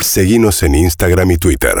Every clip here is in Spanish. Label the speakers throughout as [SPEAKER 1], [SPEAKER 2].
[SPEAKER 1] Seguimos en Instagram y Twitter.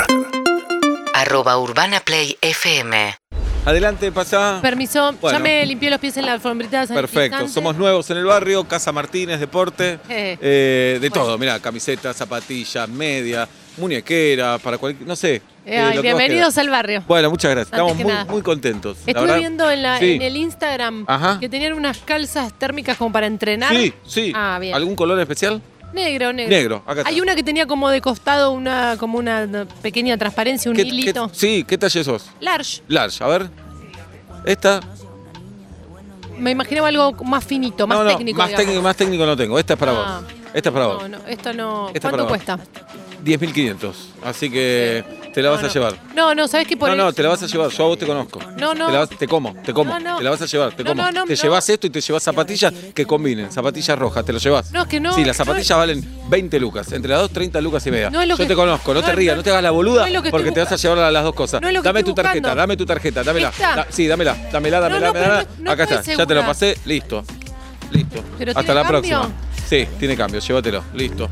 [SPEAKER 2] Arroba Urbana Play FM.
[SPEAKER 3] Adelante, pasá.
[SPEAKER 4] Permiso,
[SPEAKER 3] Bueno.
[SPEAKER 4] ya me limpié los pies en la alfombrita.
[SPEAKER 3] Perfecto.
[SPEAKER 4] sanitizante.
[SPEAKER 3] Somos nuevos en el barrio, Casa Martínez, deporte.
[SPEAKER 4] Eh.
[SPEAKER 3] eh, de
[SPEAKER 4] Bueno.
[SPEAKER 3] todo, mira, camisetas, zapatillas, media, muñequera, para cualquier. No sé.
[SPEAKER 4] Eh,
[SPEAKER 3] eh,
[SPEAKER 4] ay,
[SPEAKER 3] lo que vos
[SPEAKER 4] bienvenidos
[SPEAKER 3] quieras.
[SPEAKER 4] al barrio.
[SPEAKER 3] Bueno, muchas gracias.
[SPEAKER 4] Antes
[SPEAKER 3] Estamos
[SPEAKER 4] que
[SPEAKER 3] muy,
[SPEAKER 4] nada.
[SPEAKER 3] muy contentos. la
[SPEAKER 4] Estuve
[SPEAKER 3] verdad.
[SPEAKER 4] viendo en, la,
[SPEAKER 3] Sí.
[SPEAKER 4] en el Instagram
[SPEAKER 3] Ajá.
[SPEAKER 4] que tenían unas calzas térmicas como para entrenar.
[SPEAKER 3] Sí, sí.
[SPEAKER 4] Ah, bien.
[SPEAKER 3] ¿Algún color especial?
[SPEAKER 4] Negro, negro.
[SPEAKER 3] Negro, acá está.
[SPEAKER 4] Hay una que tenía como de costado una, como una pequeña transparencia, un
[SPEAKER 3] ¿Qué-
[SPEAKER 4] hilito.
[SPEAKER 3] qué- sí, ¿qué talle sos?
[SPEAKER 4] Large.
[SPEAKER 3] Large, a ver. Esta.
[SPEAKER 4] Me imaginaba algo más finito, más
[SPEAKER 3] no, no,
[SPEAKER 4] técnico.
[SPEAKER 3] Más
[SPEAKER 4] digamos.
[SPEAKER 3] técnico, más técnico no tengo. Esta es para
[SPEAKER 4] Ah.
[SPEAKER 3] vos. Esta es para vos.
[SPEAKER 4] No, no, esto no.
[SPEAKER 3] Esta para
[SPEAKER 4] ¿Cuánto
[SPEAKER 3] vos.
[SPEAKER 4] cuesta?
[SPEAKER 3] 10.500. Así que te la vas
[SPEAKER 4] No,
[SPEAKER 3] a
[SPEAKER 4] no.
[SPEAKER 3] llevar.
[SPEAKER 4] No, no, ¿sabes qué por
[SPEAKER 3] No, no,
[SPEAKER 4] el-
[SPEAKER 3] te la vas a llevar. Yo a vos te conozco.
[SPEAKER 4] No, no.
[SPEAKER 3] Te, la vas- te como, te como.
[SPEAKER 4] No, no.
[SPEAKER 3] Te la vas a llevar, te
[SPEAKER 4] No,
[SPEAKER 3] como.
[SPEAKER 4] no, no,
[SPEAKER 3] te
[SPEAKER 4] no.
[SPEAKER 3] llevas esto y te llevas zapatillas que combinen. Zapatillas rojas, te lo llevas.
[SPEAKER 4] No, es que no,
[SPEAKER 3] Sí, las
[SPEAKER 4] no
[SPEAKER 3] zapatillas
[SPEAKER 4] es-
[SPEAKER 3] valen 20 lucas. Entre las dos, 30 lucas y media.
[SPEAKER 4] No es lo
[SPEAKER 3] Yo
[SPEAKER 4] que-
[SPEAKER 3] te conozco, no,
[SPEAKER 4] no,
[SPEAKER 3] te
[SPEAKER 4] no,
[SPEAKER 3] rías, no, te hagas la boluda
[SPEAKER 4] no es lo que
[SPEAKER 3] porque
[SPEAKER 4] estoy
[SPEAKER 3] te vas a llevar a las dos cosas.
[SPEAKER 4] No es lo que
[SPEAKER 3] dame
[SPEAKER 4] estoy
[SPEAKER 3] tu tarjeta,
[SPEAKER 4] buscando.
[SPEAKER 3] dame tu tarjeta, dámela.
[SPEAKER 4] ¿Esta?
[SPEAKER 3] Da- sí, dámela, dámela,
[SPEAKER 4] No,
[SPEAKER 3] dámela,
[SPEAKER 4] no, pero
[SPEAKER 3] dámela.
[SPEAKER 4] no- no
[SPEAKER 3] Acá
[SPEAKER 4] estoy
[SPEAKER 3] está, ya te lo
[SPEAKER 4] segura.
[SPEAKER 3] pasé, listo. Listo.
[SPEAKER 4] ¿Pero
[SPEAKER 3] Hasta
[SPEAKER 4] tiene
[SPEAKER 3] la
[SPEAKER 4] cambio?
[SPEAKER 3] próxima. Sí, tiene cambio, llévatelo, listo.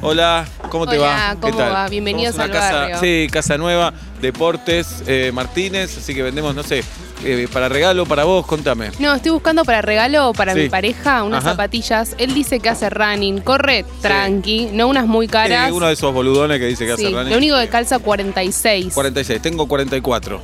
[SPEAKER 3] Hola, ¿cómo te va?
[SPEAKER 5] Hola,
[SPEAKER 3] ¿Qué
[SPEAKER 5] ¿cómo
[SPEAKER 3] tal?
[SPEAKER 5] va? Bienvenidos
[SPEAKER 3] Somos una
[SPEAKER 5] al
[SPEAKER 3] casa-
[SPEAKER 5] barrio.
[SPEAKER 3] Sí, eh, Casa Nueva, Deportes, eh, Martínez, así que vendemos, no sé, eh, para regalo, para vos, contame.
[SPEAKER 5] No, estoy buscando para regalo o para
[SPEAKER 3] Sí.
[SPEAKER 5] mi pareja unas
[SPEAKER 3] Ajá.
[SPEAKER 5] zapatillas. Él dice que hace running, corre tranqui, no unas muy caras.
[SPEAKER 3] Eh, uno de esos boludones que dice que
[SPEAKER 5] Sí,
[SPEAKER 3] hace running.
[SPEAKER 5] Lo único que calza 46.
[SPEAKER 3] 46, tengo 44.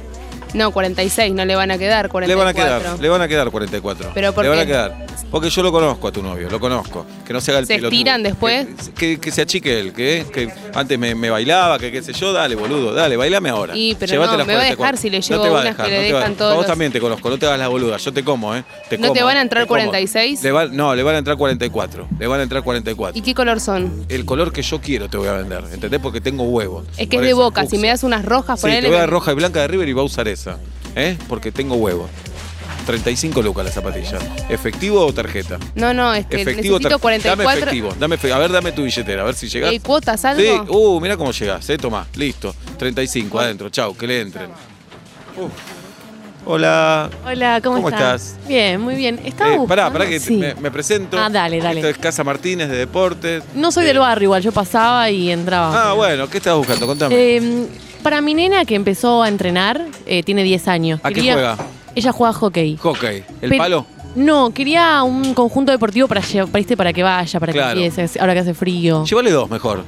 [SPEAKER 5] No, 46, no le van a quedar 44.
[SPEAKER 3] Le van a quedar, le van a quedar 44.
[SPEAKER 5] ¿Pero por
[SPEAKER 3] le van a
[SPEAKER 5] qué?
[SPEAKER 3] quedar. Porque yo lo conozco a tu novio, lo conozco. Que no se haga el
[SPEAKER 5] ¿Se
[SPEAKER 3] pelotudo.
[SPEAKER 5] estiran después?
[SPEAKER 3] Que, que- que se achique él, que, que antes me, me bailaba, que qué sé yo, dale, boludo, dale, bailame ahora.
[SPEAKER 5] Y, pero
[SPEAKER 3] Llévate
[SPEAKER 5] no,
[SPEAKER 3] las
[SPEAKER 5] me va a dejar
[SPEAKER 3] 44.
[SPEAKER 5] si le
[SPEAKER 3] no
[SPEAKER 5] llevo
[SPEAKER 3] te va a
[SPEAKER 5] unas
[SPEAKER 3] dejar,
[SPEAKER 5] que le
[SPEAKER 3] no te va a
[SPEAKER 5] dejan
[SPEAKER 3] dejar.
[SPEAKER 5] todos
[SPEAKER 3] Vos
[SPEAKER 5] los-
[SPEAKER 3] también te conozco, no te hagas la boluda, yo te como, ¿eh? Te
[SPEAKER 5] ¿No te
[SPEAKER 3] como,
[SPEAKER 5] van a entrar
[SPEAKER 3] como.
[SPEAKER 5] 46?
[SPEAKER 3] Le va- no, le van a entrar 44. Le van a entrar 44
[SPEAKER 5] ¿Y qué color son?
[SPEAKER 3] el color que yo quiero te voy a vender, ¿entendés? Porque tengo huevos.
[SPEAKER 5] Es que
[SPEAKER 3] Por
[SPEAKER 5] es de
[SPEAKER 3] eso,
[SPEAKER 5] boca, si
[SPEAKER 3] fucsia.
[SPEAKER 5] me das unas rojas,
[SPEAKER 3] Sí,
[SPEAKER 5] ponele.
[SPEAKER 3] te voy a dar
[SPEAKER 5] que-
[SPEAKER 3] roja y blanca de River y va a usar esa, ¿eh? Porque tengo huevos. 35 lucas la zapatilla. ¿Efectivo o tarjeta?
[SPEAKER 5] No, no, es que
[SPEAKER 3] efectivo
[SPEAKER 5] necesito
[SPEAKER 3] tar-
[SPEAKER 5] 44.
[SPEAKER 3] Dame efectivo, dame efe- a ver, dame tu billetera, a ver si llegas.
[SPEAKER 5] ¿Y cuotas algo?
[SPEAKER 3] Sí, uh, mira cómo llegás, eh, tomá, listo. 35 adentro, chau, que le entren. Uf. Hola.
[SPEAKER 4] Hola, ¿cómo,
[SPEAKER 3] ¿Cómo estás?
[SPEAKER 4] Bien, muy bien. Estaba
[SPEAKER 3] Eh,
[SPEAKER 4] buscando-
[SPEAKER 3] pará, pará que
[SPEAKER 4] Sí.
[SPEAKER 3] me, me presento.
[SPEAKER 4] Ah, dale, dale.
[SPEAKER 3] Esto es Casa Martínez de Deportes.
[SPEAKER 4] No soy del barrio igual, yo pasaba y entraba.
[SPEAKER 3] eh. Ah, bueno, ¿qué estabas buscando? Contame.
[SPEAKER 4] Eh, para mi nena que empezó a entrenar, eh, tiene 10 años.
[SPEAKER 3] ¿A qué juega?
[SPEAKER 4] Ella juega a hockey.
[SPEAKER 3] Hockey, el
[SPEAKER 4] Pero-
[SPEAKER 3] palo.
[SPEAKER 4] No, quería un conjunto deportivo para, lle- para, este, para que vaya, para
[SPEAKER 3] Claro.
[SPEAKER 4] que empiece, ahora que hace frío.
[SPEAKER 3] Llévale dos mejor.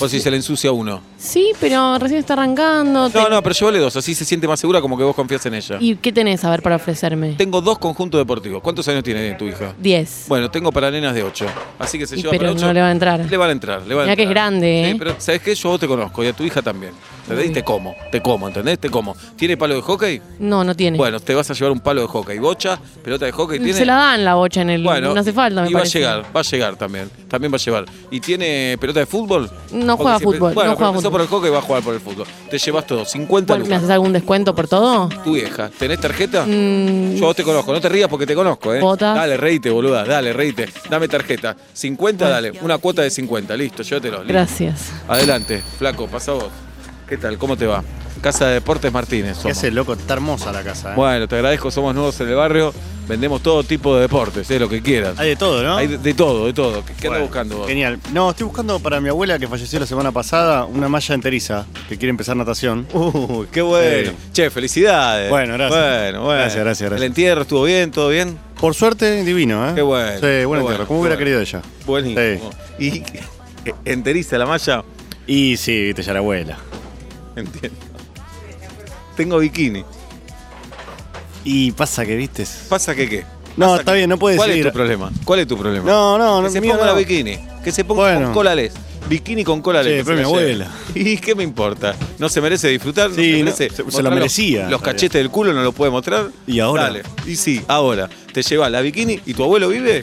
[SPEAKER 3] O si se le ensucia uno.
[SPEAKER 4] Sí, pero recién está arrancando.
[SPEAKER 3] No,
[SPEAKER 4] te-
[SPEAKER 3] no, pero llévale dos, así se siente más segura como que vos confías en ella.
[SPEAKER 4] ¿Y qué tenés a ver para ofrecerme?
[SPEAKER 3] Tengo dos conjuntos deportivos. ¿Cuántos años tiene tu hija?
[SPEAKER 4] 10.
[SPEAKER 3] Bueno, tengo para nenas de 8. Así que se
[SPEAKER 4] Y
[SPEAKER 3] lleva
[SPEAKER 4] pero
[SPEAKER 3] para 8.
[SPEAKER 4] no le va a entrar.
[SPEAKER 3] Le van a entrar, le van a
[SPEAKER 4] Mirá que es
[SPEAKER 3] entrar.
[SPEAKER 4] grande,
[SPEAKER 3] Sí,
[SPEAKER 4] ¿eh?
[SPEAKER 3] pero ¿sabes qué? Yo a vos te conozco y a tu hija también. ¿Entendés? Y
[SPEAKER 4] Uy.
[SPEAKER 3] te como, te como, ¿entendés? Te como. ¿Tiene palo de hockey?
[SPEAKER 4] No, no tiene.
[SPEAKER 3] Bueno, te vas a llevar un palo de hockey. ¿Bocha? ¿Pelota de hockey? ¿Tiene?
[SPEAKER 4] Se la dan la bocha en el. no hace falta, me
[SPEAKER 3] y va
[SPEAKER 4] parece.
[SPEAKER 3] a llegar, va a llegar también. También va a llegar. ¿Y tiene pelota de fútbol?
[SPEAKER 4] No
[SPEAKER 3] Porque
[SPEAKER 4] juega
[SPEAKER 3] siempre-
[SPEAKER 4] fútbol,
[SPEAKER 3] Bueno, pero
[SPEAKER 4] no juega
[SPEAKER 3] empezó
[SPEAKER 4] fútbol.
[SPEAKER 3] por el hockey y va a jugar por el fútbol. Te llevas todo, 50
[SPEAKER 4] ¿Cuál, ¿Me haces
[SPEAKER 3] lucas.
[SPEAKER 4] algún descuento por todo?
[SPEAKER 3] Tu vieja, ¿tenés tarjeta?
[SPEAKER 4] Mm.
[SPEAKER 3] Yo a vos te conozco, no te rías porque te conozco, ¿eh?
[SPEAKER 4] Cuota.
[SPEAKER 3] Dale, reíte, boluda, dale, reíte. Dame tarjeta. 50, dale. Una cuota de 50, listo, llévatelo. listo.
[SPEAKER 4] Gracias.
[SPEAKER 3] Adelante, flaco, pasa vos. ¿Qué tal? ¿Cómo te va? Casa de Deportes Martínez.
[SPEAKER 6] ¿Qué
[SPEAKER 3] somos.
[SPEAKER 6] haces, loco? Está hermosa la casa. ¿eh?
[SPEAKER 3] Bueno, te agradezco, somos nuevos en el barrio. Vendemos todo tipo de deportes, ¿eh? lo que quieras.
[SPEAKER 6] Hay de todo, ¿no?
[SPEAKER 3] Hay de, de todo, de todo. ¿Qué, qué
[SPEAKER 6] Bueno,
[SPEAKER 3] andas buscando vos?
[SPEAKER 6] Genial. No, estoy buscando para mi abuela que falleció la semana pasada una malla enteriza que quiere empezar natación.
[SPEAKER 3] Uy, Uh, qué bueno.
[SPEAKER 6] Sí.
[SPEAKER 3] Che, felicidades.
[SPEAKER 6] Bueno, gracias.
[SPEAKER 3] Bueno, bueno.
[SPEAKER 6] Gracias, gracias, gracias.
[SPEAKER 3] El entierro estuvo bien, todo bien.
[SPEAKER 6] Por suerte, divino, ¿eh?
[SPEAKER 3] Qué bueno,
[SPEAKER 6] Sí,
[SPEAKER 3] qué
[SPEAKER 6] buen
[SPEAKER 3] bueno,
[SPEAKER 6] entierro.
[SPEAKER 3] qué
[SPEAKER 6] Como hubiera
[SPEAKER 3] bueno.
[SPEAKER 6] querido ella.
[SPEAKER 3] Buenísimo. Y eh, enteriza la malla,
[SPEAKER 6] Y sí, viste, ya era abuela.
[SPEAKER 3] entiendo. Tengo bikini.
[SPEAKER 6] Y pasa que, viste.
[SPEAKER 3] ¿Pasa que qué?
[SPEAKER 6] No,
[SPEAKER 3] Pasa
[SPEAKER 6] está
[SPEAKER 3] que-
[SPEAKER 6] bien, no puede
[SPEAKER 3] ¿Cuál
[SPEAKER 6] decir.
[SPEAKER 3] es tu problema? ¿Cuál es tu problema?
[SPEAKER 6] No, no,
[SPEAKER 3] que
[SPEAKER 6] no.
[SPEAKER 3] se
[SPEAKER 6] mío
[SPEAKER 3] ponga la
[SPEAKER 6] no.
[SPEAKER 3] bikini. Que se ponga
[SPEAKER 6] Bueno.
[SPEAKER 3] con cola less. Bikini con cola
[SPEAKER 6] Sí,
[SPEAKER 3] less. que
[SPEAKER 6] pero
[SPEAKER 3] se
[SPEAKER 6] mi
[SPEAKER 3] la lleve.
[SPEAKER 6] abuela.
[SPEAKER 3] ¿Y qué me importa? ¿No se merece disfrutar? ¿No
[SPEAKER 6] Sí,
[SPEAKER 3] se
[SPEAKER 6] no,
[SPEAKER 3] merece
[SPEAKER 6] se- se lo
[SPEAKER 3] mostrar los-
[SPEAKER 6] merecía.
[SPEAKER 3] Los, cachetes del culo no lo puede mostrar?
[SPEAKER 6] ¿Y ahora?
[SPEAKER 3] Dale. Y sí, ahora. Te llevas la bikini y tu abuelo vive.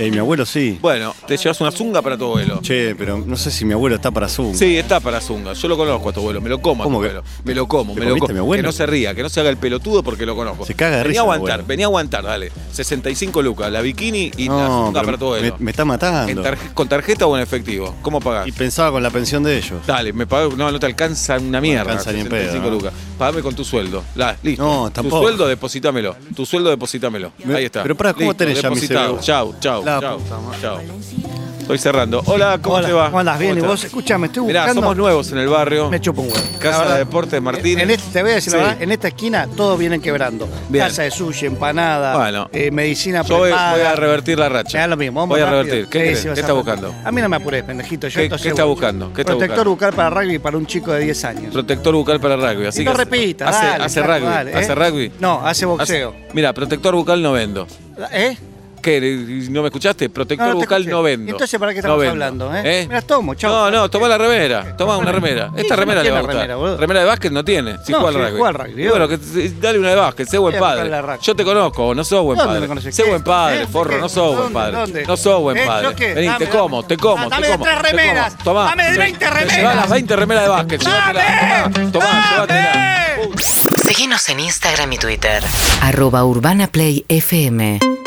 [SPEAKER 6] Eh, mi abuelo sí.
[SPEAKER 3] Bueno, te llevas una zunga para tu abuelo.
[SPEAKER 6] Che, pero no sé si mi abuelo está para Zoom.
[SPEAKER 3] Sí, está para Zunga. Yo lo conozco a tu abuelo. Me lo como a tu
[SPEAKER 6] ¿Cómo que-
[SPEAKER 3] abuelo. Me lo como,
[SPEAKER 6] ¿Te
[SPEAKER 3] me lo
[SPEAKER 6] comiste
[SPEAKER 3] como.
[SPEAKER 6] a mi abuelo?
[SPEAKER 3] Que no se ría, que no se haga el pelotudo porque lo conozco.
[SPEAKER 6] Se caga de
[SPEAKER 3] Vení
[SPEAKER 6] risa,
[SPEAKER 3] a
[SPEAKER 6] mi
[SPEAKER 3] aguantar,
[SPEAKER 6] abuelo.
[SPEAKER 3] vení a aguantar, dale. 65 lucas, la bikini y la
[SPEAKER 6] No,
[SPEAKER 3] Zunga
[SPEAKER 6] pero
[SPEAKER 3] para tu abuelo.
[SPEAKER 6] me, me está
[SPEAKER 3] En
[SPEAKER 6] matando.
[SPEAKER 3] tarje- ¿Con tarjeta o en efectivo? ¿Cómo pagás?
[SPEAKER 6] Y pensaba con la pensión de ellos.
[SPEAKER 3] Dale, me pagás. No, no te alcanza una mierda.
[SPEAKER 6] alcanza ni en pedo,
[SPEAKER 3] 65
[SPEAKER 6] ¿no?
[SPEAKER 3] lucas. Pagame con tu sueldo. La, listo.
[SPEAKER 6] No, tampoco.
[SPEAKER 3] Tu sueldo, deposítamelo. Tu sueldo, deposítamelo.
[SPEAKER 6] Me-
[SPEAKER 3] Ahí está.
[SPEAKER 6] pero pará, ¿cómo
[SPEAKER 3] Listo,
[SPEAKER 6] tenés ya mi
[SPEAKER 3] depositado.
[SPEAKER 6] CBU?
[SPEAKER 3] Chau, chau,
[SPEAKER 6] La
[SPEAKER 3] chau.
[SPEAKER 6] puta madre.
[SPEAKER 3] Chau. Estoy cerrando. Hola, ¿cómo
[SPEAKER 7] Hola,
[SPEAKER 3] te va?
[SPEAKER 7] ¿Cómo andás? Bien,
[SPEAKER 3] ¿Cómo
[SPEAKER 7] y
[SPEAKER 3] te va?
[SPEAKER 7] vos, escuchame, estoy buscando.
[SPEAKER 3] Mirá, somos nuevos en el barrio.
[SPEAKER 7] Me chupo un huevo. La
[SPEAKER 3] Casa
[SPEAKER 7] verdad.
[SPEAKER 3] de Deportes Martínez.
[SPEAKER 7] En este, te voy a decir
[SPEAKER 3] Sí.
[SPEAKER 7] la verdad, en esta esquina todos vienen quebrando.
[SPEAKER 3] Bien.
[SPEAKER 7] Casa de sushi, empanada,
[SPEAKER 3] Bueno.
[SPEAKER 7] eh, medicina
[SPEAKER 3] Yo voy,
[SPEAKER 7] prepaga.
[SPEAKER 3] voy a revertir la
[SPEAKER 7] Me da
[SPEAKER 3] racha.
[SPEAKER 7] lo mismo. vamos
[SPEAKER 3] voy a
[SPEAKER 7] rápido.
[SPEAKER 3] revertir.
[SPEAKER 7] Sí,
[SPEAKER 3] ¿Qué,
[SPEAKER 7] sí,
[SPEAKER 3] estás
[SPEAKER 7] vas a-
[SPEAKER 3] buscando?
[SPEAKER 7] A mí no me apures, pendejito. Yo
[SPEAKER 3] ¿Qué-
[SPEAKER 7] esto
[SPEAKER 3] qué
[SPEAKER 7] seguro.
[SPEAKER 3] está buscando? ¿Qué está
[SPEAKER 7] Protector
[SPEAKER 3] buscando?
[SPEAKER 7] bucal para rugby para un chico de 10 años.
[SPEAKER 3] Protector bucal para rugby. Así
[SPEAKER 7] Y no
[SPEAKER 3] que hace-
[SPEAKER 7] repita,
[SPEAKER 3] Hace,
[SPEAKER 7] dale,
[SPEAKER 3] hace
[SPEAKER 7] flaco,
[SPEAKER 3] rugby.
[SPEAKER 7] dale, ¿eh?
[SPEAKER 3] Hace rugby.
[SPEAKER 7] No, hace
[SPEAKER 3] Hace-
[SPEAKER 7] boxeo.
[SPEAKER 3] Mira, protector bucal no vendo.
[SPEAKER 7] ¿Eh?
[SPEAKER 3] ¿Qué? ¿No me escuchaste? Protector
[SPEAKER 7] No, no te
[SPEAKER 3] bucal
[SPEAKER 7] escuché.
[SPEAKER 3] no vendo.
[SPEAKER 7] Entonces, ¿para qué estamos
[SPEAKER 3] vendo.
[SPEAKER 7] hablando, eh? Me las tomo, chau.
[SPEAKER 3] No, no, toma la remera. Toma una remera. Esta
[SPEAKER 7] no
[SPEAKER 3] remera le va a
[SPEAKER 7] tiene
[SPEAKER 3] gustar.
[SPEAKER 7] remera, boludo.
[SPEAKER 3] Remera de básquet no tiene. Si
[SPEAKER 7] No,
[SPEAKER 3] juega al
[SPEAKER 7] si
[SPEAKER 3] rugby.
[SPEAKER 7] juega al rugby,
[SPEAKER 3] Y bueno, que, dale una de básquet. Sé buen
[SPEAKER 7] Voy a buscar la
[SPEAKER 3] padre.
[SPEAKER 7] rack.
[SPEAKER 3] Yo te conozco, vos no sos buen
[SPEAKER 7] ¿Dónde me
[SPEAKER 3] padre.
[SPEAKER 7] conoces?
[SPEAKER 3] Sé
[SPEAKER 7] ¿Qué?
[SPEAKER 3] buen padre,
[SPEAKER 7] ¿Eh?
[SPEAKER 3] forro.
[SPEAKER 7] ¿Qué?
[SPEAKER 3] No sos buen
[SPEAKER 7] ¿Dónde?
[SPEAKER 3] padre.
[SPEAKER 7] ¿Dónde?
[SPEAKER 3] No sos buen
[SPEAKER 7] ¿Eh? ¿Yo
[SPEAKER 3] padre.
[SPEAKER 7] qué?
[SPEAKER 3] Vení,
[SPEAKER 7] Dame,
[SPEAKER 3] te
[SPEAKER 7] dame.
[SPEAKER 3] como, te como.
[SPEAKER 7] Ah,
[SPEAKER 3] te
[SPEAKER 7] dame de
[SPEAKER 3] como,
[SPEAKER 7] tres
[SPEAKER 3] te como.
[SPEAKER 7] remeras.
[SPEAKER 3] Tomá.
[SPEAKER 7] Dame de
[SPEAKER 3] Te-
[SPEAKER 7] 20
[SPEAKER 3] te
[SPEAKER 7] remeras.
[SPEAKER 3] llevás las 20 remeras de básquet. llévatela, Tomá, tomá, llévatela.
[SPEAKER 2] Seguinos en Instagram y Twitter. Arroba Urbana Play FM